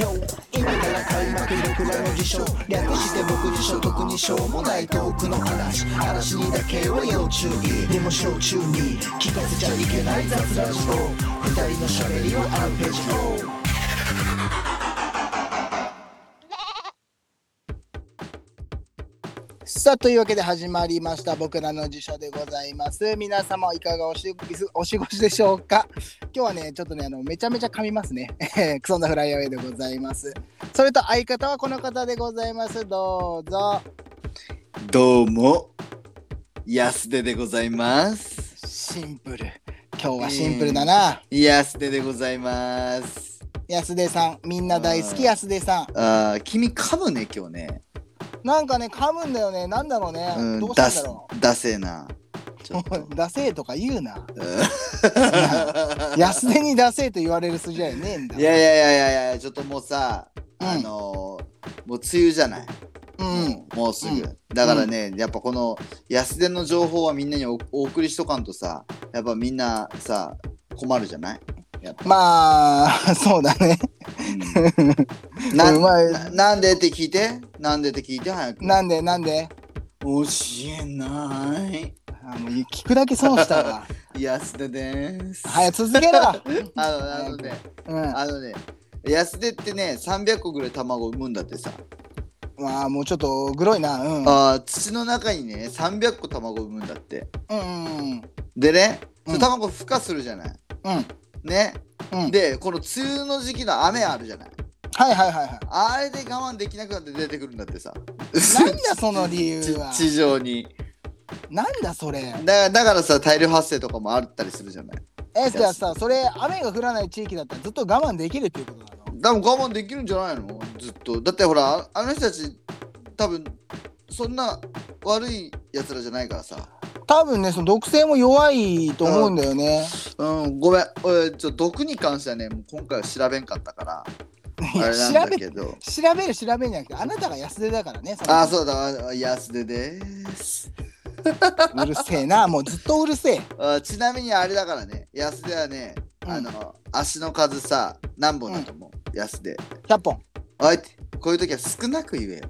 よ今から開幕僕らの受賞略して僕自所特にしょうもないトークの話嵐にだけは要注意でも小中に聞かせちゃいけない雑ラジオ二人のしゃべりをアンページをさあというわけで始まりました僕らの辞書でございます皆様いかがおしお過ごしでしょうか今日はねちょっとねあのめちゃめちゃ噛みますね クソなフライアウェイでございますそれと相方はこの方でございますどうぞどうも、安手でございます。シンプル今日はシンプルだな、安手でございます。安出さんみんな大好きあー安出さんあー君噛むね、今日ね。なんかね噛むんだよねなんだろうね、うんどう、しただんだすろ、だせ えな。ちょっと。うダセーとか言うなう ん安出にダセーと言われる筋合いねえんだいやいやいやいやいや、ちょっともうさ、うんあのーもう梅雨じゃない。うんもうすぐ、うんだからね、やっぱこの安田の情報はみんなにおお送りしとかんとさやっぱみんなさ困るじゃないやっぱまあそうだ ね うんなうまいななんでって聞いてなんでって聞いて早くなんでなんで教えないあもう聞くだけ損したわ。安田です早く続けろ。 あのあのねうん。あのね安田ってね300個ぐらい卵産むんだってさ、まあもうちょっとグロいな。うん。あー土の中にね300個卵産むんだってうんうんうんでね、そのうん卵孵化するじゃないうんね、うん。でこの梅雨の時期の雨あるじゃないはいはいはいはい。あれで我慢できなくなって出てくるんだってさなんだその理由 は。地上になんだそれ。だだからさ大量発生とかもあったりするじゃないえじゃあさそれ雨が降らない地域だったらずっと我慢できるっていうことなの。でも我慢できるんじゃないのずっとだってほらああの人たち多分そんな悪いやつらじゃないからさ多分ねその毒性も弱いと思うんだよね。うんごめん俺ちょ毒に関してはねもう今回は調べんかったからいやあれなん調だべけど調べる調べるんじゃなくてあなたが安手だからね。そのあそうだ安出ですうるせえなもうずっとうるせえ。あちなみにあれだからね安出はね、あの足の数さ何本だと思う、安出100本。おいってこういう時は少なく言えよ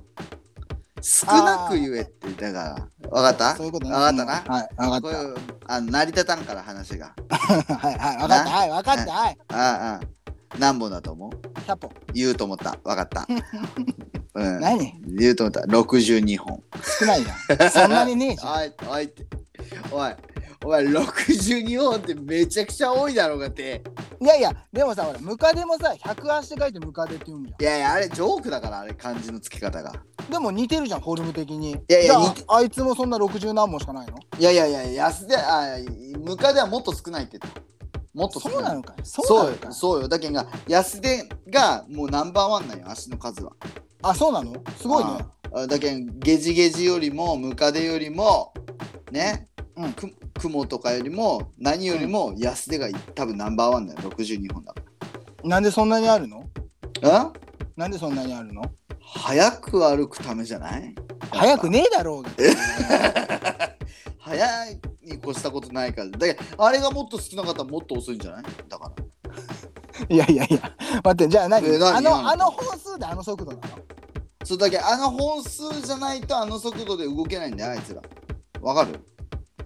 少なく言えってだから分かったそういうことね。分かったな、うんはい分こかうった。いうあの成り立たんから話が はいはい分かったはい分かったはいあああ何本だと思う100本言うと思った分か った、うん、何言うと思った62本少ないなそんなに ねえじゃんおいおいっておいお前62本ってめちゃくちゃ多いだろうがっていやいやでもさほらムカデもさ100足って書いてムカデって読むじいやいやあれジョークだからあれ漢字の付け方がゃんでも似てるじゃんフォルム的にやいじやゃ似あてあいつもそんな60何本しかないのいやいやいや安であムカデはもっと少ないって言ったもっと少そうないなのかいそうそなうのかよ、いそうよ。だけんが、安田がもうナンバーワンなんよ、足の数は。あそうなのすすごいね。だけん、ゲジゲジよりも、ムカデよりも、ね、うんく雲とかよりも、何よりも、安田が多分ナンバーワンだよ、62本だかなんでそんなにあるのら。うんなんでそんなにあるの早く歩くためじゃない早くねえだろうが早いに越したことないから。だけど、あれがもっと少なかったらもっと遅いんじゃないだから。いやいやいや待ってじゃあ何え何あの何あの本数であの速度なのそうだけどあの本数じゃないと、あの速度で動けないんだよ、あいつら。わかる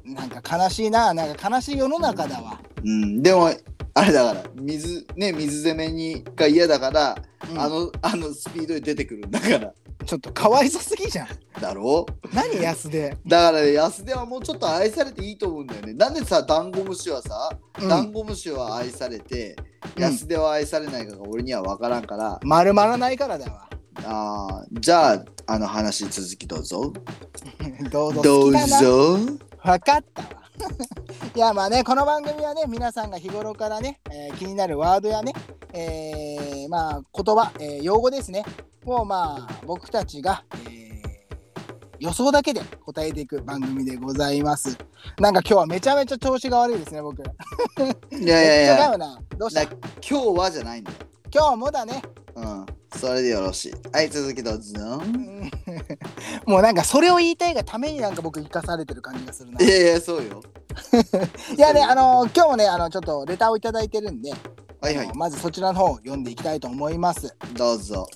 なんか悲しいななんか悲しい世の中だわうん、でもあれだから水ね水攻めにが嫌だから、うんあのあのスピードで出てくるんだからちょっとかわいそすぎじゃんだろう何安でだから、ね、安田はもうちょっと愛されていいと思うんだよねなんでさダンゴムシはさ、うんダンゴムシは愛されてうん安田は愛されないかが俺には分からんから、丸まらないからだ わ。あーじゃああの話続きどうぞどうぞど好きうだな。ぞ分かったわ。 いやまあねこの番組はね皆さんが日頃からね、えー気になるワードやね、えーまあ言葉、えー用語ですねをまあ僕たちが、えー予想だけで答えていく番組でございます。なんか今日はめちゃめちゃ調子が悪いですね僕。いいやいやい違やうな。どうしたな今日はじゃないんだよ今日もだね。うんそれでよろしいはい続きどうぞうん もうなんかそれを言いたいがためになんか僕生かされてる感じがするな。いやいやそうよいやね、あの今日もね、あのちょっとレターをいただいてるんで、えはいはいあのまずそちらの方を読んでいきたいと思います。どうぞ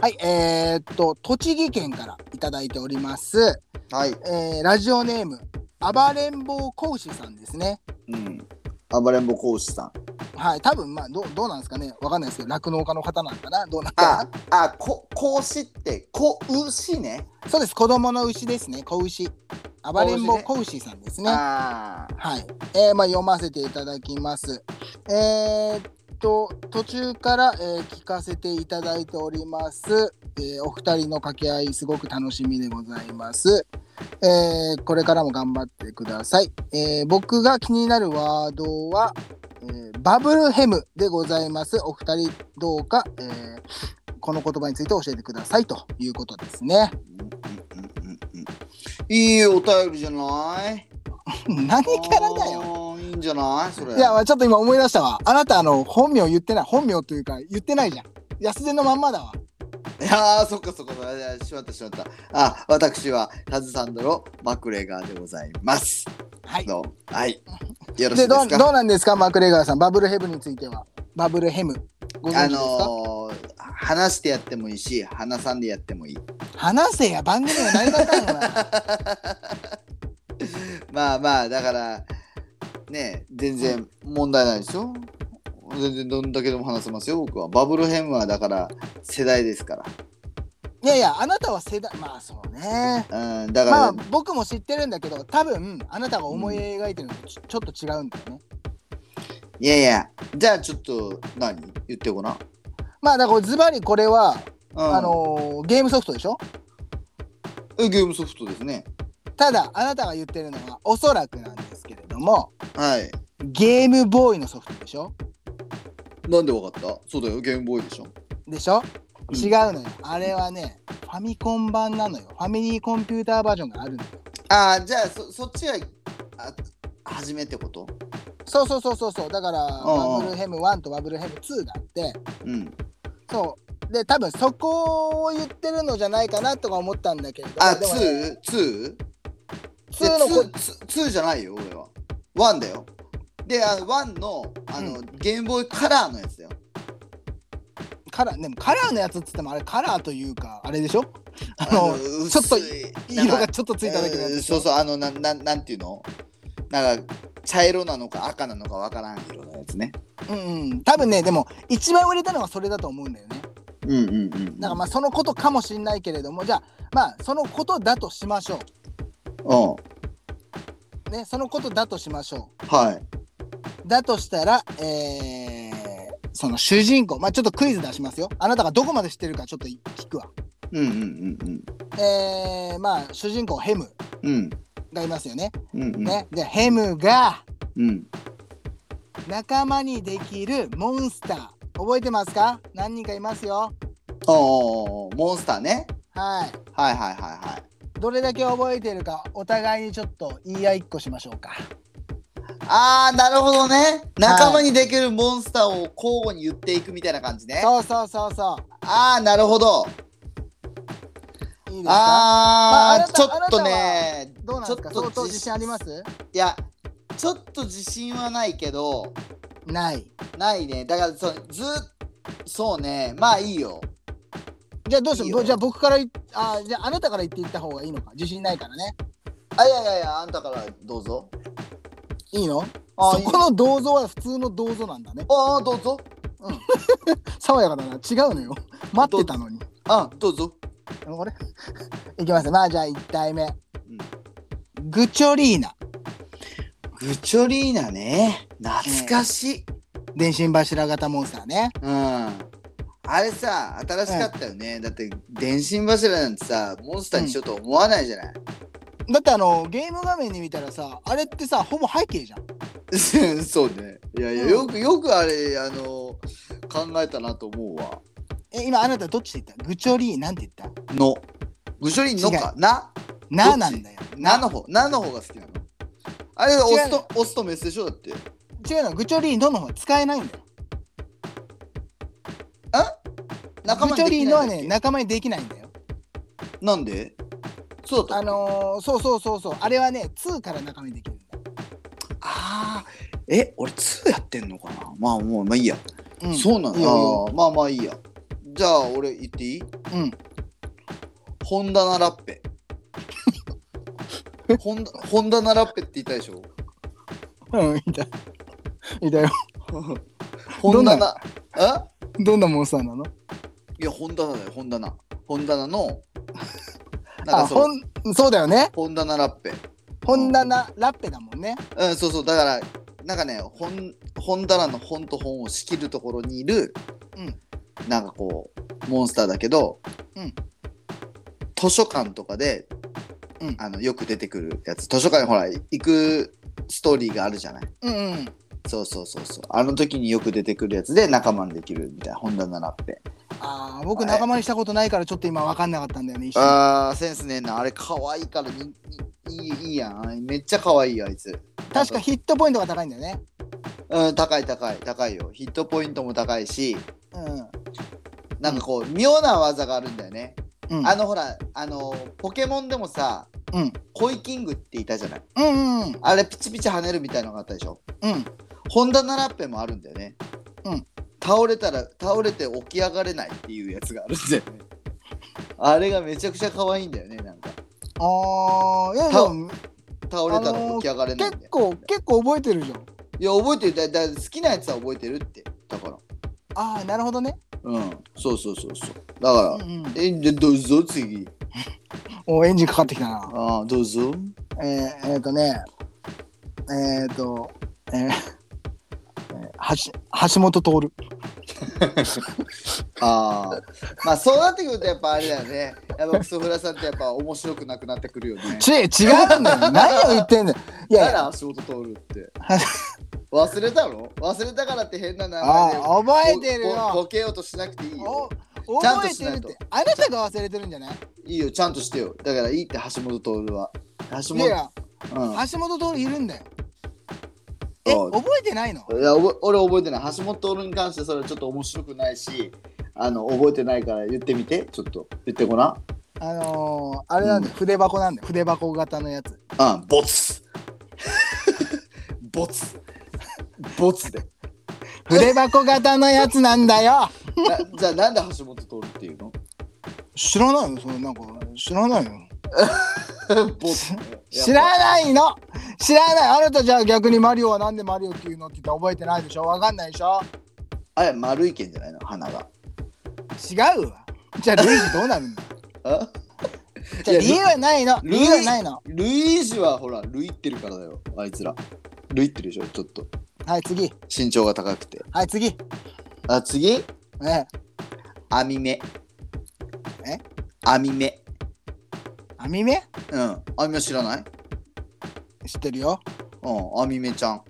はい、えー、っと、栃木県からいただいております。はいえーラジオネーム、暴れん坊講師さんですね。うん暴れん坊講師さんはい、多分まあどう、どうなんですかね、わかんないですけど、酪農家の方なんかな、どうなんあかあこ講師って子牛ねな。そうです、子供の牛ですね、子牛。暴れん坊子牛さんですね。ああはい、えーまあ、読ませていただきます。えーっと途中から、えー聞かせていただいております、えーお二人の掛け合いすごく楽しみでございます。えーこれからも頑張ってください。えー僕が気になるワードは、えーバブルヘムでございます。お二人どうか、えーこの言葉について教えてくださいということですね。うんうんうんうんうんいいお便りじゃない何キャラだよ。よいいんじゃないそれいや、まあちょっと今思い出したわ。あなた、あの、本名言ってない。本名というか、言ってないじゃん。安田のまんまだわ。いやーそっかそっかいやしまったしまったあ私はカズサンドロマクレガーでございますはい。どうも はいよろしで、いでどうすどかうなんですか、マクレガーさん。バブルヘブについては。バブルヘム。ごあ存知ですか、のー、話してやってもいいし話さんでやってもいい話せや、番組が成り立たん わ。まあまあだからね全然問題ないでしょ全然どんだけでも話せますよ僕はバブル編はだから世代ですかいやいや、あなたは世代、まあそうね。らうんだから、まあ僕も知ってるんだけど、多分、あなたが思い描いてるのとち,、ょっと違うんだよね。いやいやじゃあちょっと何言ってごらん、まあだから、ズバリこれは、うんあのーゲームソフトでしょえゲームソフトですねただ、あなたが言ってるのは、おそらくなんですけれども、はいゲームボーイのソフトでしょなんでわかったそうだよゲームボーイでしょでしょ、うん違うのよあれはねファミコン版なのよファミリーコンピューターバージョンがあるのよああじゃあそそっちはあ初めってことそうそうそうそうそうだからうんバブルヘム1とバブルヘム2があってうんそうで多分そこを言ってるのじゃないかなとか思ったんだけれどあでもね 2?2?2 ツーのこ2じゃないよ俺は1だよであ1のあの、ゲームボーイカラーのやつだよカラーでもカラーのやつっつってもあれカラーというかあれでしょあのちょっと色がちょっとついただけのやつのでしそょうそうあのなななんていうのなんか茶色なのか赤なのかわからん色のやつねうんうん多分ねでも一番売れたのはそれだと思うんだよねうんうんうんだからまあそのことかもしんないけれどもじゃあまあそのことだとしましょうんうねそのことだとしましょうはいだとしたら、えーその主人公、まあ、ちょっとクイズ出しますよ。あなたがどこまで知ってるかちょっと聞くわ。うんうんうんえーまあ、主人公ヘムうんうんがいますよね。うんうんねで、ヘムがうん仲間にできるモンスター、覚えてますか何人かいますよ。おーおーおーモンスターねはい。はいはいはいはいどれだけ覚えてるか、お互いにちょっと言い合いっこしましょうか。あーなるほどね仲間にできるモンスターを交互に言っていくみたいな感じね、そうそうそうそあーなるほう。どいいですかまあああなーたちょっとねどうなんですかちょっと相当自信ありますいやちょっと自信はないけどない。ないねだからそずそうねまあいいよじゃあどうしよいういよじゃあ僕からいあーじゃああなたから言っていった方がいいのか自信ないからねあいやいやいやあんたからどうぞいいのあそいいこの銅像は普通の銅像なんだね。ああどうぞ爽やかだな。違うの よ。待ってたのに。あどうぞあれいきます。まあじゃあ1体目。んグチョリーナ。グチョリーナね懐かしい、電信柱型モンスターね。うんあれさ新しかったよね、だって電信柱なんてさモンスターにしようと思わないじゃない、だってあのゲーム画面に見たらさあれってさほぼ背景じゃん。 そうねいやいやうんよくよくあれあの考えたなと思うわえ今あなたどっちで言ったグチョリーナなんて言ったのグチョリーのかなどっなちなんだよ。なの方なの方が好きなのあれオスとオスとメスでしょだって違うの。グチョリーノの方は使えないんだよ。仲グ間チにョでリーきないんノはねだっけ仲間にできないんだよ。なんでそうだったあのー、そうそうそうそうあれはね2から仲間にできるんだ。ああーえ俺2やってんのかなまあもうまあいいやうんそうなのいいよいいよあーまあまあいいや。じゃあ俺言っていいうん。本棚ラッ ペ。本棚本棚ラッペって言ったでしょうん、いた。いたよ。ど本んな棚。あどんなモンスターなのいや、本棚だよ、本棚。本 棚の、なんあ、かそう、本、そうだよね。本棚ラッペ。本棚ラッペだもんね。うん、そうそう、だから、なんかね、本本棚の本と本を仕切るところにいる、うんなんかこう、モンスターだけど、うん図書館とかで、うんあのよく出てくるやつ、図書館にほら、行くストーリーがあるじゃない。うんうん。そうそうそうそう。あの時によく出てくるやつで仲間にできるみたいな、本棚ラッペ。ああ、僕仲間にしたことないからちょっと今わかんなかったんだよね、一瞬あー、センスねえな。あれ、可愛いからに、にいい、いいやん。めっちゃ可愛いよ、あいつ。確かヒットポイントが高いんだよね。うん、高い高い高いよヒットポイントも高いしうなんかこう、妙な技があるんだよね、ん。うん。あのほらあのポケモンでもさうん。コイキングっていたじゃないうんうんうん。あれピチピチ跳ねるみたいのがあったでしょうん。ホンダナラッペもあるんだよねうん倒れたら倒れて起き上がれないっていうやつがあるんだよねあれがめちゃくちゃ可愛いんだよねなんかああ、いやいたや、倒れたら起き上がれないんだ結よ、構、結構覚えてるじゃん。いや覚えてるだだ好きなやつは覚えてるってだからああ、なるほどね。うんそうそうそうそうだから、うんうん。えじゃどうぞ次おエンジンかかってきたな。ああ、どうぞ。えー、えーとね、えーと、えー、えー橋橋本徹。ああ。まあ、そうなってくると、やっぱあれだよね。やっぱ、クソフラさんって、やっぱ面白くなくなってくるよね。ち違うんだよ。何を言ってんだよ。いやだいからや、足元通る って。忘れたの忘れたからって変な名前で。あ覚えてるぼぼよ。ボケようとしなくていいよ。おちゃん覚とえしてなるっいとて、あなたが忘れてるんじゃないいいよ、ちゃんとしてよ。だからいいって、橋本徹は。橋いやい本。や、うん。橋本徹いるんだよ。え、あ覚えてないのいやおぼ俺覚えてない橋本徹に関してそれはちょっと面白くないしあの覚えてないから言ってみてちょっと言ってごらんあのー、あれなんだよ、筆箱なんだよ。筆箱型のやつ。うん、ボツ。 ボツ。ボツで。筆箱型のやつなんだよ。なじゃあなんで橋本徹っていうの 知らないよ、そのなんか、知らないよ。ボツ。知らないの知らないあなたじゃあ逆にマリオはなんでマリオっていうのって言ったら覚えてないでしょわかんないでしょあれ、丸いけんじゃないの花が。違うわじゃあルイージどうなるんだあじゃあ理由はないのル理由はないのルイージはほら、ルイってるからだよ、あいつら。ルイってるでしょ、ちょっと。はい次身長が高くて。はい次ねあ、次え網目。え網目。網目うん。網目知らない知ってるようん、網目ちゃん。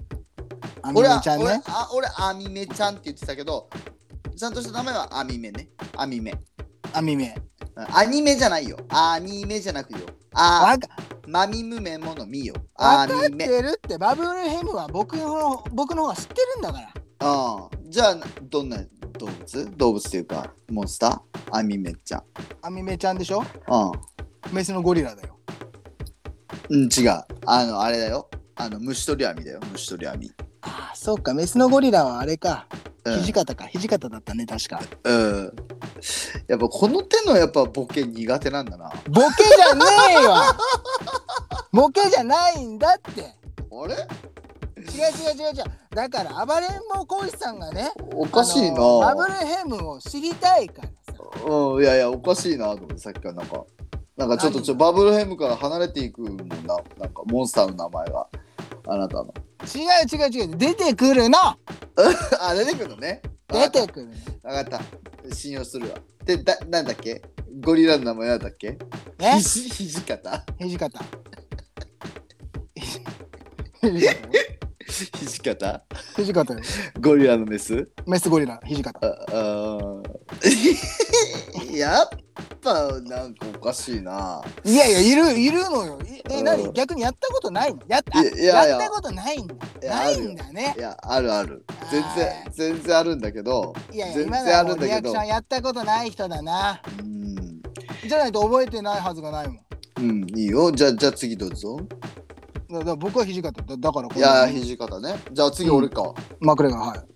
網俺は目ちゃん俺ねあ俺アミメちゃんって言ってたけどちゃんとした名前はアミメねアミメ網目アニメじゃないよアニメじゃなくよあわかマミムメモのミよアわかっミてメるってバブルヘムは僕の僕の方が知ってるんだからあーじゃあどんな動物動物というかモンスターアミメちゃん網目ちゃんでしょあメスのゴリラだようん違うあのあれだよあの虫取り網だよ虫取り網ああそうかメスのゴリラはあれかうん土方か土方だったね確かうんやっぱこの手のやっぱボケ苦手なんだなボケじゃねえ よボケじゃないんだって違あれう違う違う違うだから暴れん坊浩司さんがねおかしいなあのバブルヘムを知りたいからさうん、いやいや、おかしいなと思って、さっきからなんか、なんかちょっと何ちょバブルヘムから離れていくもんな、なんかモンスターの名前が、あなたの。違う違う違う出てくるの あ、出てくるのね。出てくるのわかった。わかった。信用するわ。で、だなんだっけゴリラの名前なんだっけねひじ、ひじかた土方土方よひじかた土方よゴリラのメスメスゴリラ土方あ、あー やっぱ、なんかおかしいな。いやいやいるいるのよいえう何ん逆にやったことないのやっあいやいやいややったことないんだいやないんだねいや、あるある。全あー然、全然あるんだけど、いやいや全今然あのるもんうだリアけクどショ。ンやったことない人だなうん。じゃないと覚えてないはずがないもん。うん、いいよ。じゃあ、じゃあ次どうぞ。だから僕は土方だだからこいれやー、土方ね。じゃあ次俺か。まくれがはい。うん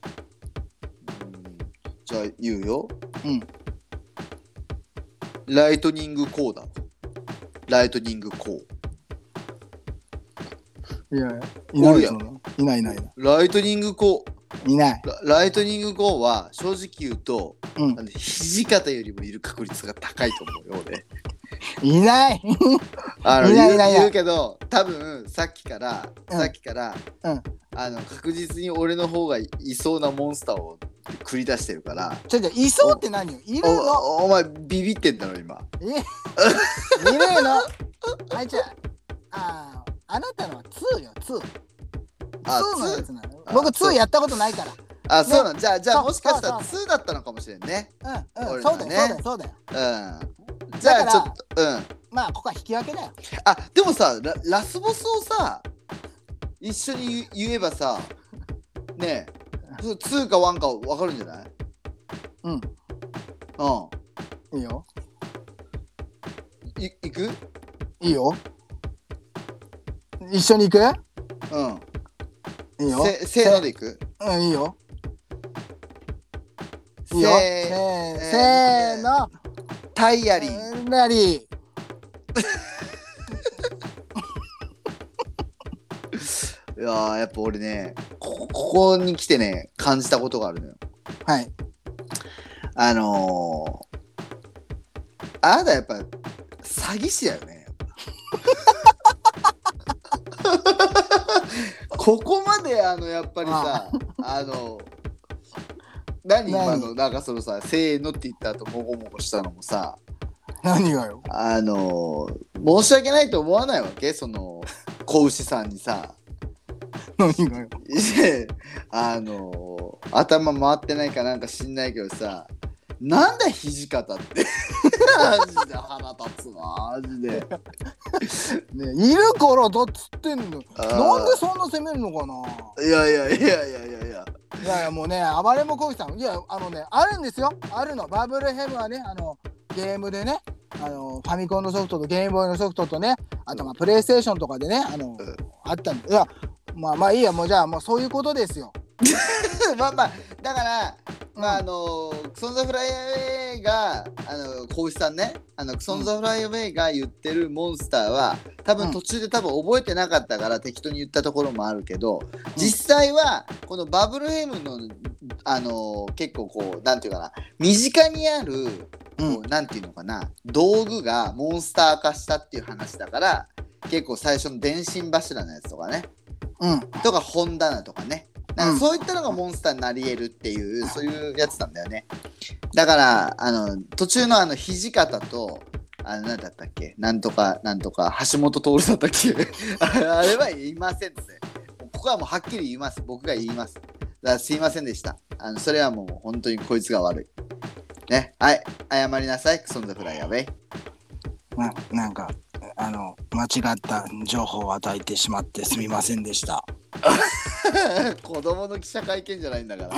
じゃあ言うよ。うん。ライトニングコーだ。ライトニングコー。いや、いいなないいでですすいないいないいない。ライトニングコいない。ー。ラライトニングコーは正直言うと、うんあ。の土方よりもいる確率が高いと思うよ、俺。いない。あのい言ないういないいない言うけど多分さっきから、うんさっきから、うんあの確実に俺の方がいそうなモンスターを繰り出してるからちょちょ、いそうって何よ。いるの。おお前ビビってんだろ今え。いるの。あいちゃん。あーあなたのは2よ、2。あ2のやツーつなの。あ僕ツー2やったことないかあそうなんじゃあじゃそあうもしかしたらそ2だったのかもしれんねら。うんうん。俺そらうだよ、そうだよ、そねうだよ。うんじゃだかあらちょっとうんまあ、ここは引き分けだよ。あでもさララスボスをさ一緒に言言えばさねえ2か1か分かるんじゃないうん。うんいいよ。いいくいいよ。一緒に行く。うんいいよ。せせーのでいくうん、いいよ。いいよ。せせーーせーせーの。タイヤリー。ー。ラリー。いやーやっぱ俺ねここ、ここに来てね、感じたことがあるのよ。はい。あのー、あなたやっぱ、詐欺師だよ ね。ここまで、あの、やっぱりさ、あの、何何今の、なんかそのさ、せーのって言った後、もごもごしたのもさ、何がよ。あのー、申し訳ないと思わないわけそ の、子牛さんにさ。何がよ。で あのー頭回ってないかなんか知んないけどさなんだ土方って マジで腹立つなマジでね、いるからだっつってんの。あーなんでそんな責めるのかないやいやいやいやいやいやいやいやもうね暴れん坊こうさんいやあのねあるんですよあるのバブルヘムはねあのゲームでねあのファミコンのソフトとゲームボーイのソフトとねあとまあプレイステーションとかでねあの、うんあったんでいやまあまあいいやもうじゃあもうそういうことですよ まあまあだからまああうんのークソンザフライアウェイがあのー、光一さんねあのクソンザフライアウェイが言ってるモンスターは多うん分途中で多分覚えてなかったから適当に言ったところもあるけど、実際はこのバブルヘムのあのー結構こうなんていうかな身近にある、うんこうなんていうのかな道具がモンスター化したっていう話だから結構最初の電信柱のやつとかねうんとか本棚とかねなんうんかそういったのがモンスターになり得るっていう、そういうやつなんだよねだからあの途中のあの土方とあの何だったっけなんとかなんとか橋本徹だったっけ あれあれは言いませんですねここはもうはっきり言います僕が言いますだからすいませんでしたあのそれはもう本当にこいつが悪いねはい謝りなさいクソンザフライアウェイななんかあの間違った情報を与えてしまってすみませんでした 子供の記者会見じゃないんだから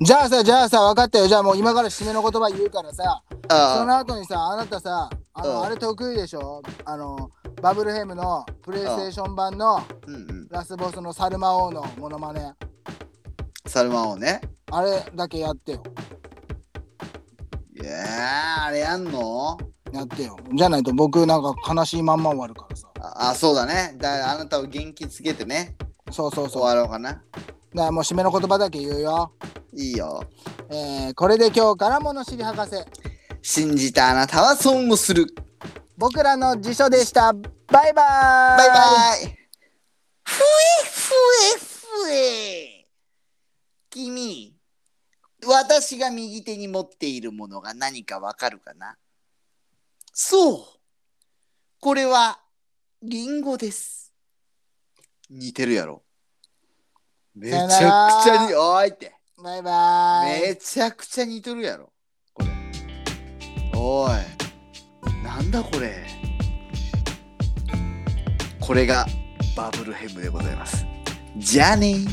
じゃあさじゃあさ分かったよじゃあもう今から締めの言葉言うからさそあの後にさあなたさあの、うんあれ得意でしょあのバブルヘムのプレイステーション版のあうんうんラスボスのサルマ王のモノマネサルマンをねあれだけやってよいやーあれやんのやってよじゃないと僕なんか悲しいまんま終わるからさああそうだねだからあなたを元気つけてねそうそう終そうだかわろうかならもう締めの言葉だけ言うよいいよえー、これで今日からもの知り博士信じたあなたは損をする僕らの辞書でしたバイバーイバイバイふえふえふえ君私が右手に持っているものが何かわかるかなそうこれはリンゴです似てるやろめちゃくちさよなゃらにおいってバイバーイめちゃくちゃ似とるやろこれおいなんだこれこれがバブルヘムでございますじゃあねー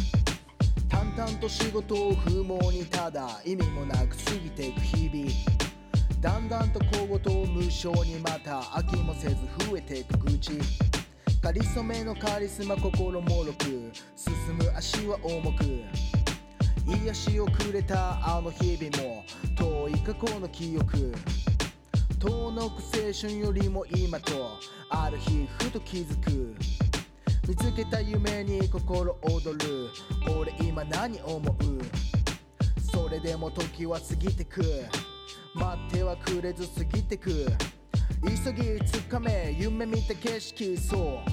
淡々と仕事を不毛にただ意味もなく過ぎていく日々だんだんと小言を無償にまた飽きもせず増えていく愚痴かりそめのカリスマ心もろく進む足は重く癒しをくれたあの日々も遠い過去の記憶遠のく青春よりも今とある日ふと気づく見つけた夢に心躍る俺今何思うそれでも時は過ぎてく待ってはくれず過ぎてく急ぎつかめ夢見た景色そう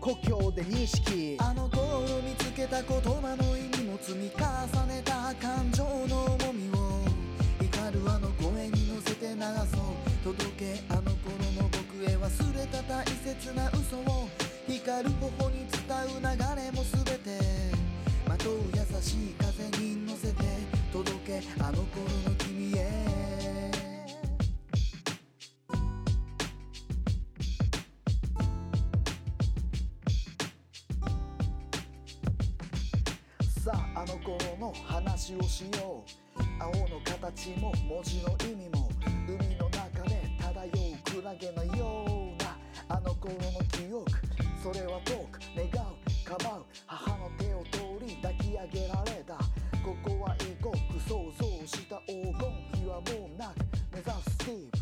故郷で認識あの頃見つけた言葉の意味も積み重ねた感情の重みを怒るあの声に乗せて流そう届けあの頃の僕へ忘れた大切な嘘を光る頬に伝う流れも全てまとう優しい風に乗せて届けあの頃の君へさああの頃の話をしよう青の形も文字の意味も海の中で漂うクラゲのようなあの頃の記憶それは遠く願うかばう母の手を通り抱き上げられたここは異国想像した黄金比はもうなく目指すスティーブ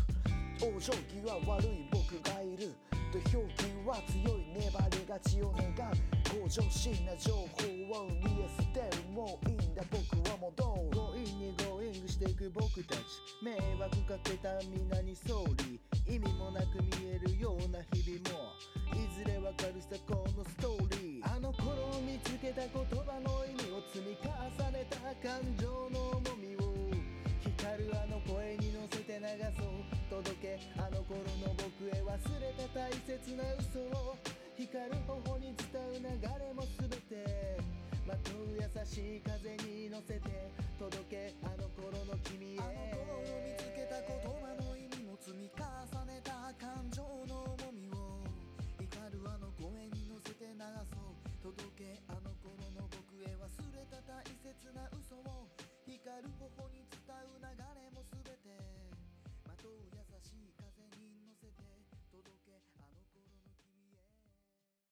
往生際悪い僕がいる土俵際は強い粘り勝ちを願う向上心な情報を逃げ捨てるもういいんだ僕は戻る強引にゴーイングしていく僕たち迷惑かけた皆に総理意味もなく見えるような日々もいずれわかるさこのストーリーあの頃見つけた言葉の意味を積み重ねた感情の重みを光るあの声に乗せて流そう届けあの頃の僕へ忘れた大切な嘘を光る頬に伝う流れも全てまとう優しい風に乗せて届けあの頃の君へあの頃見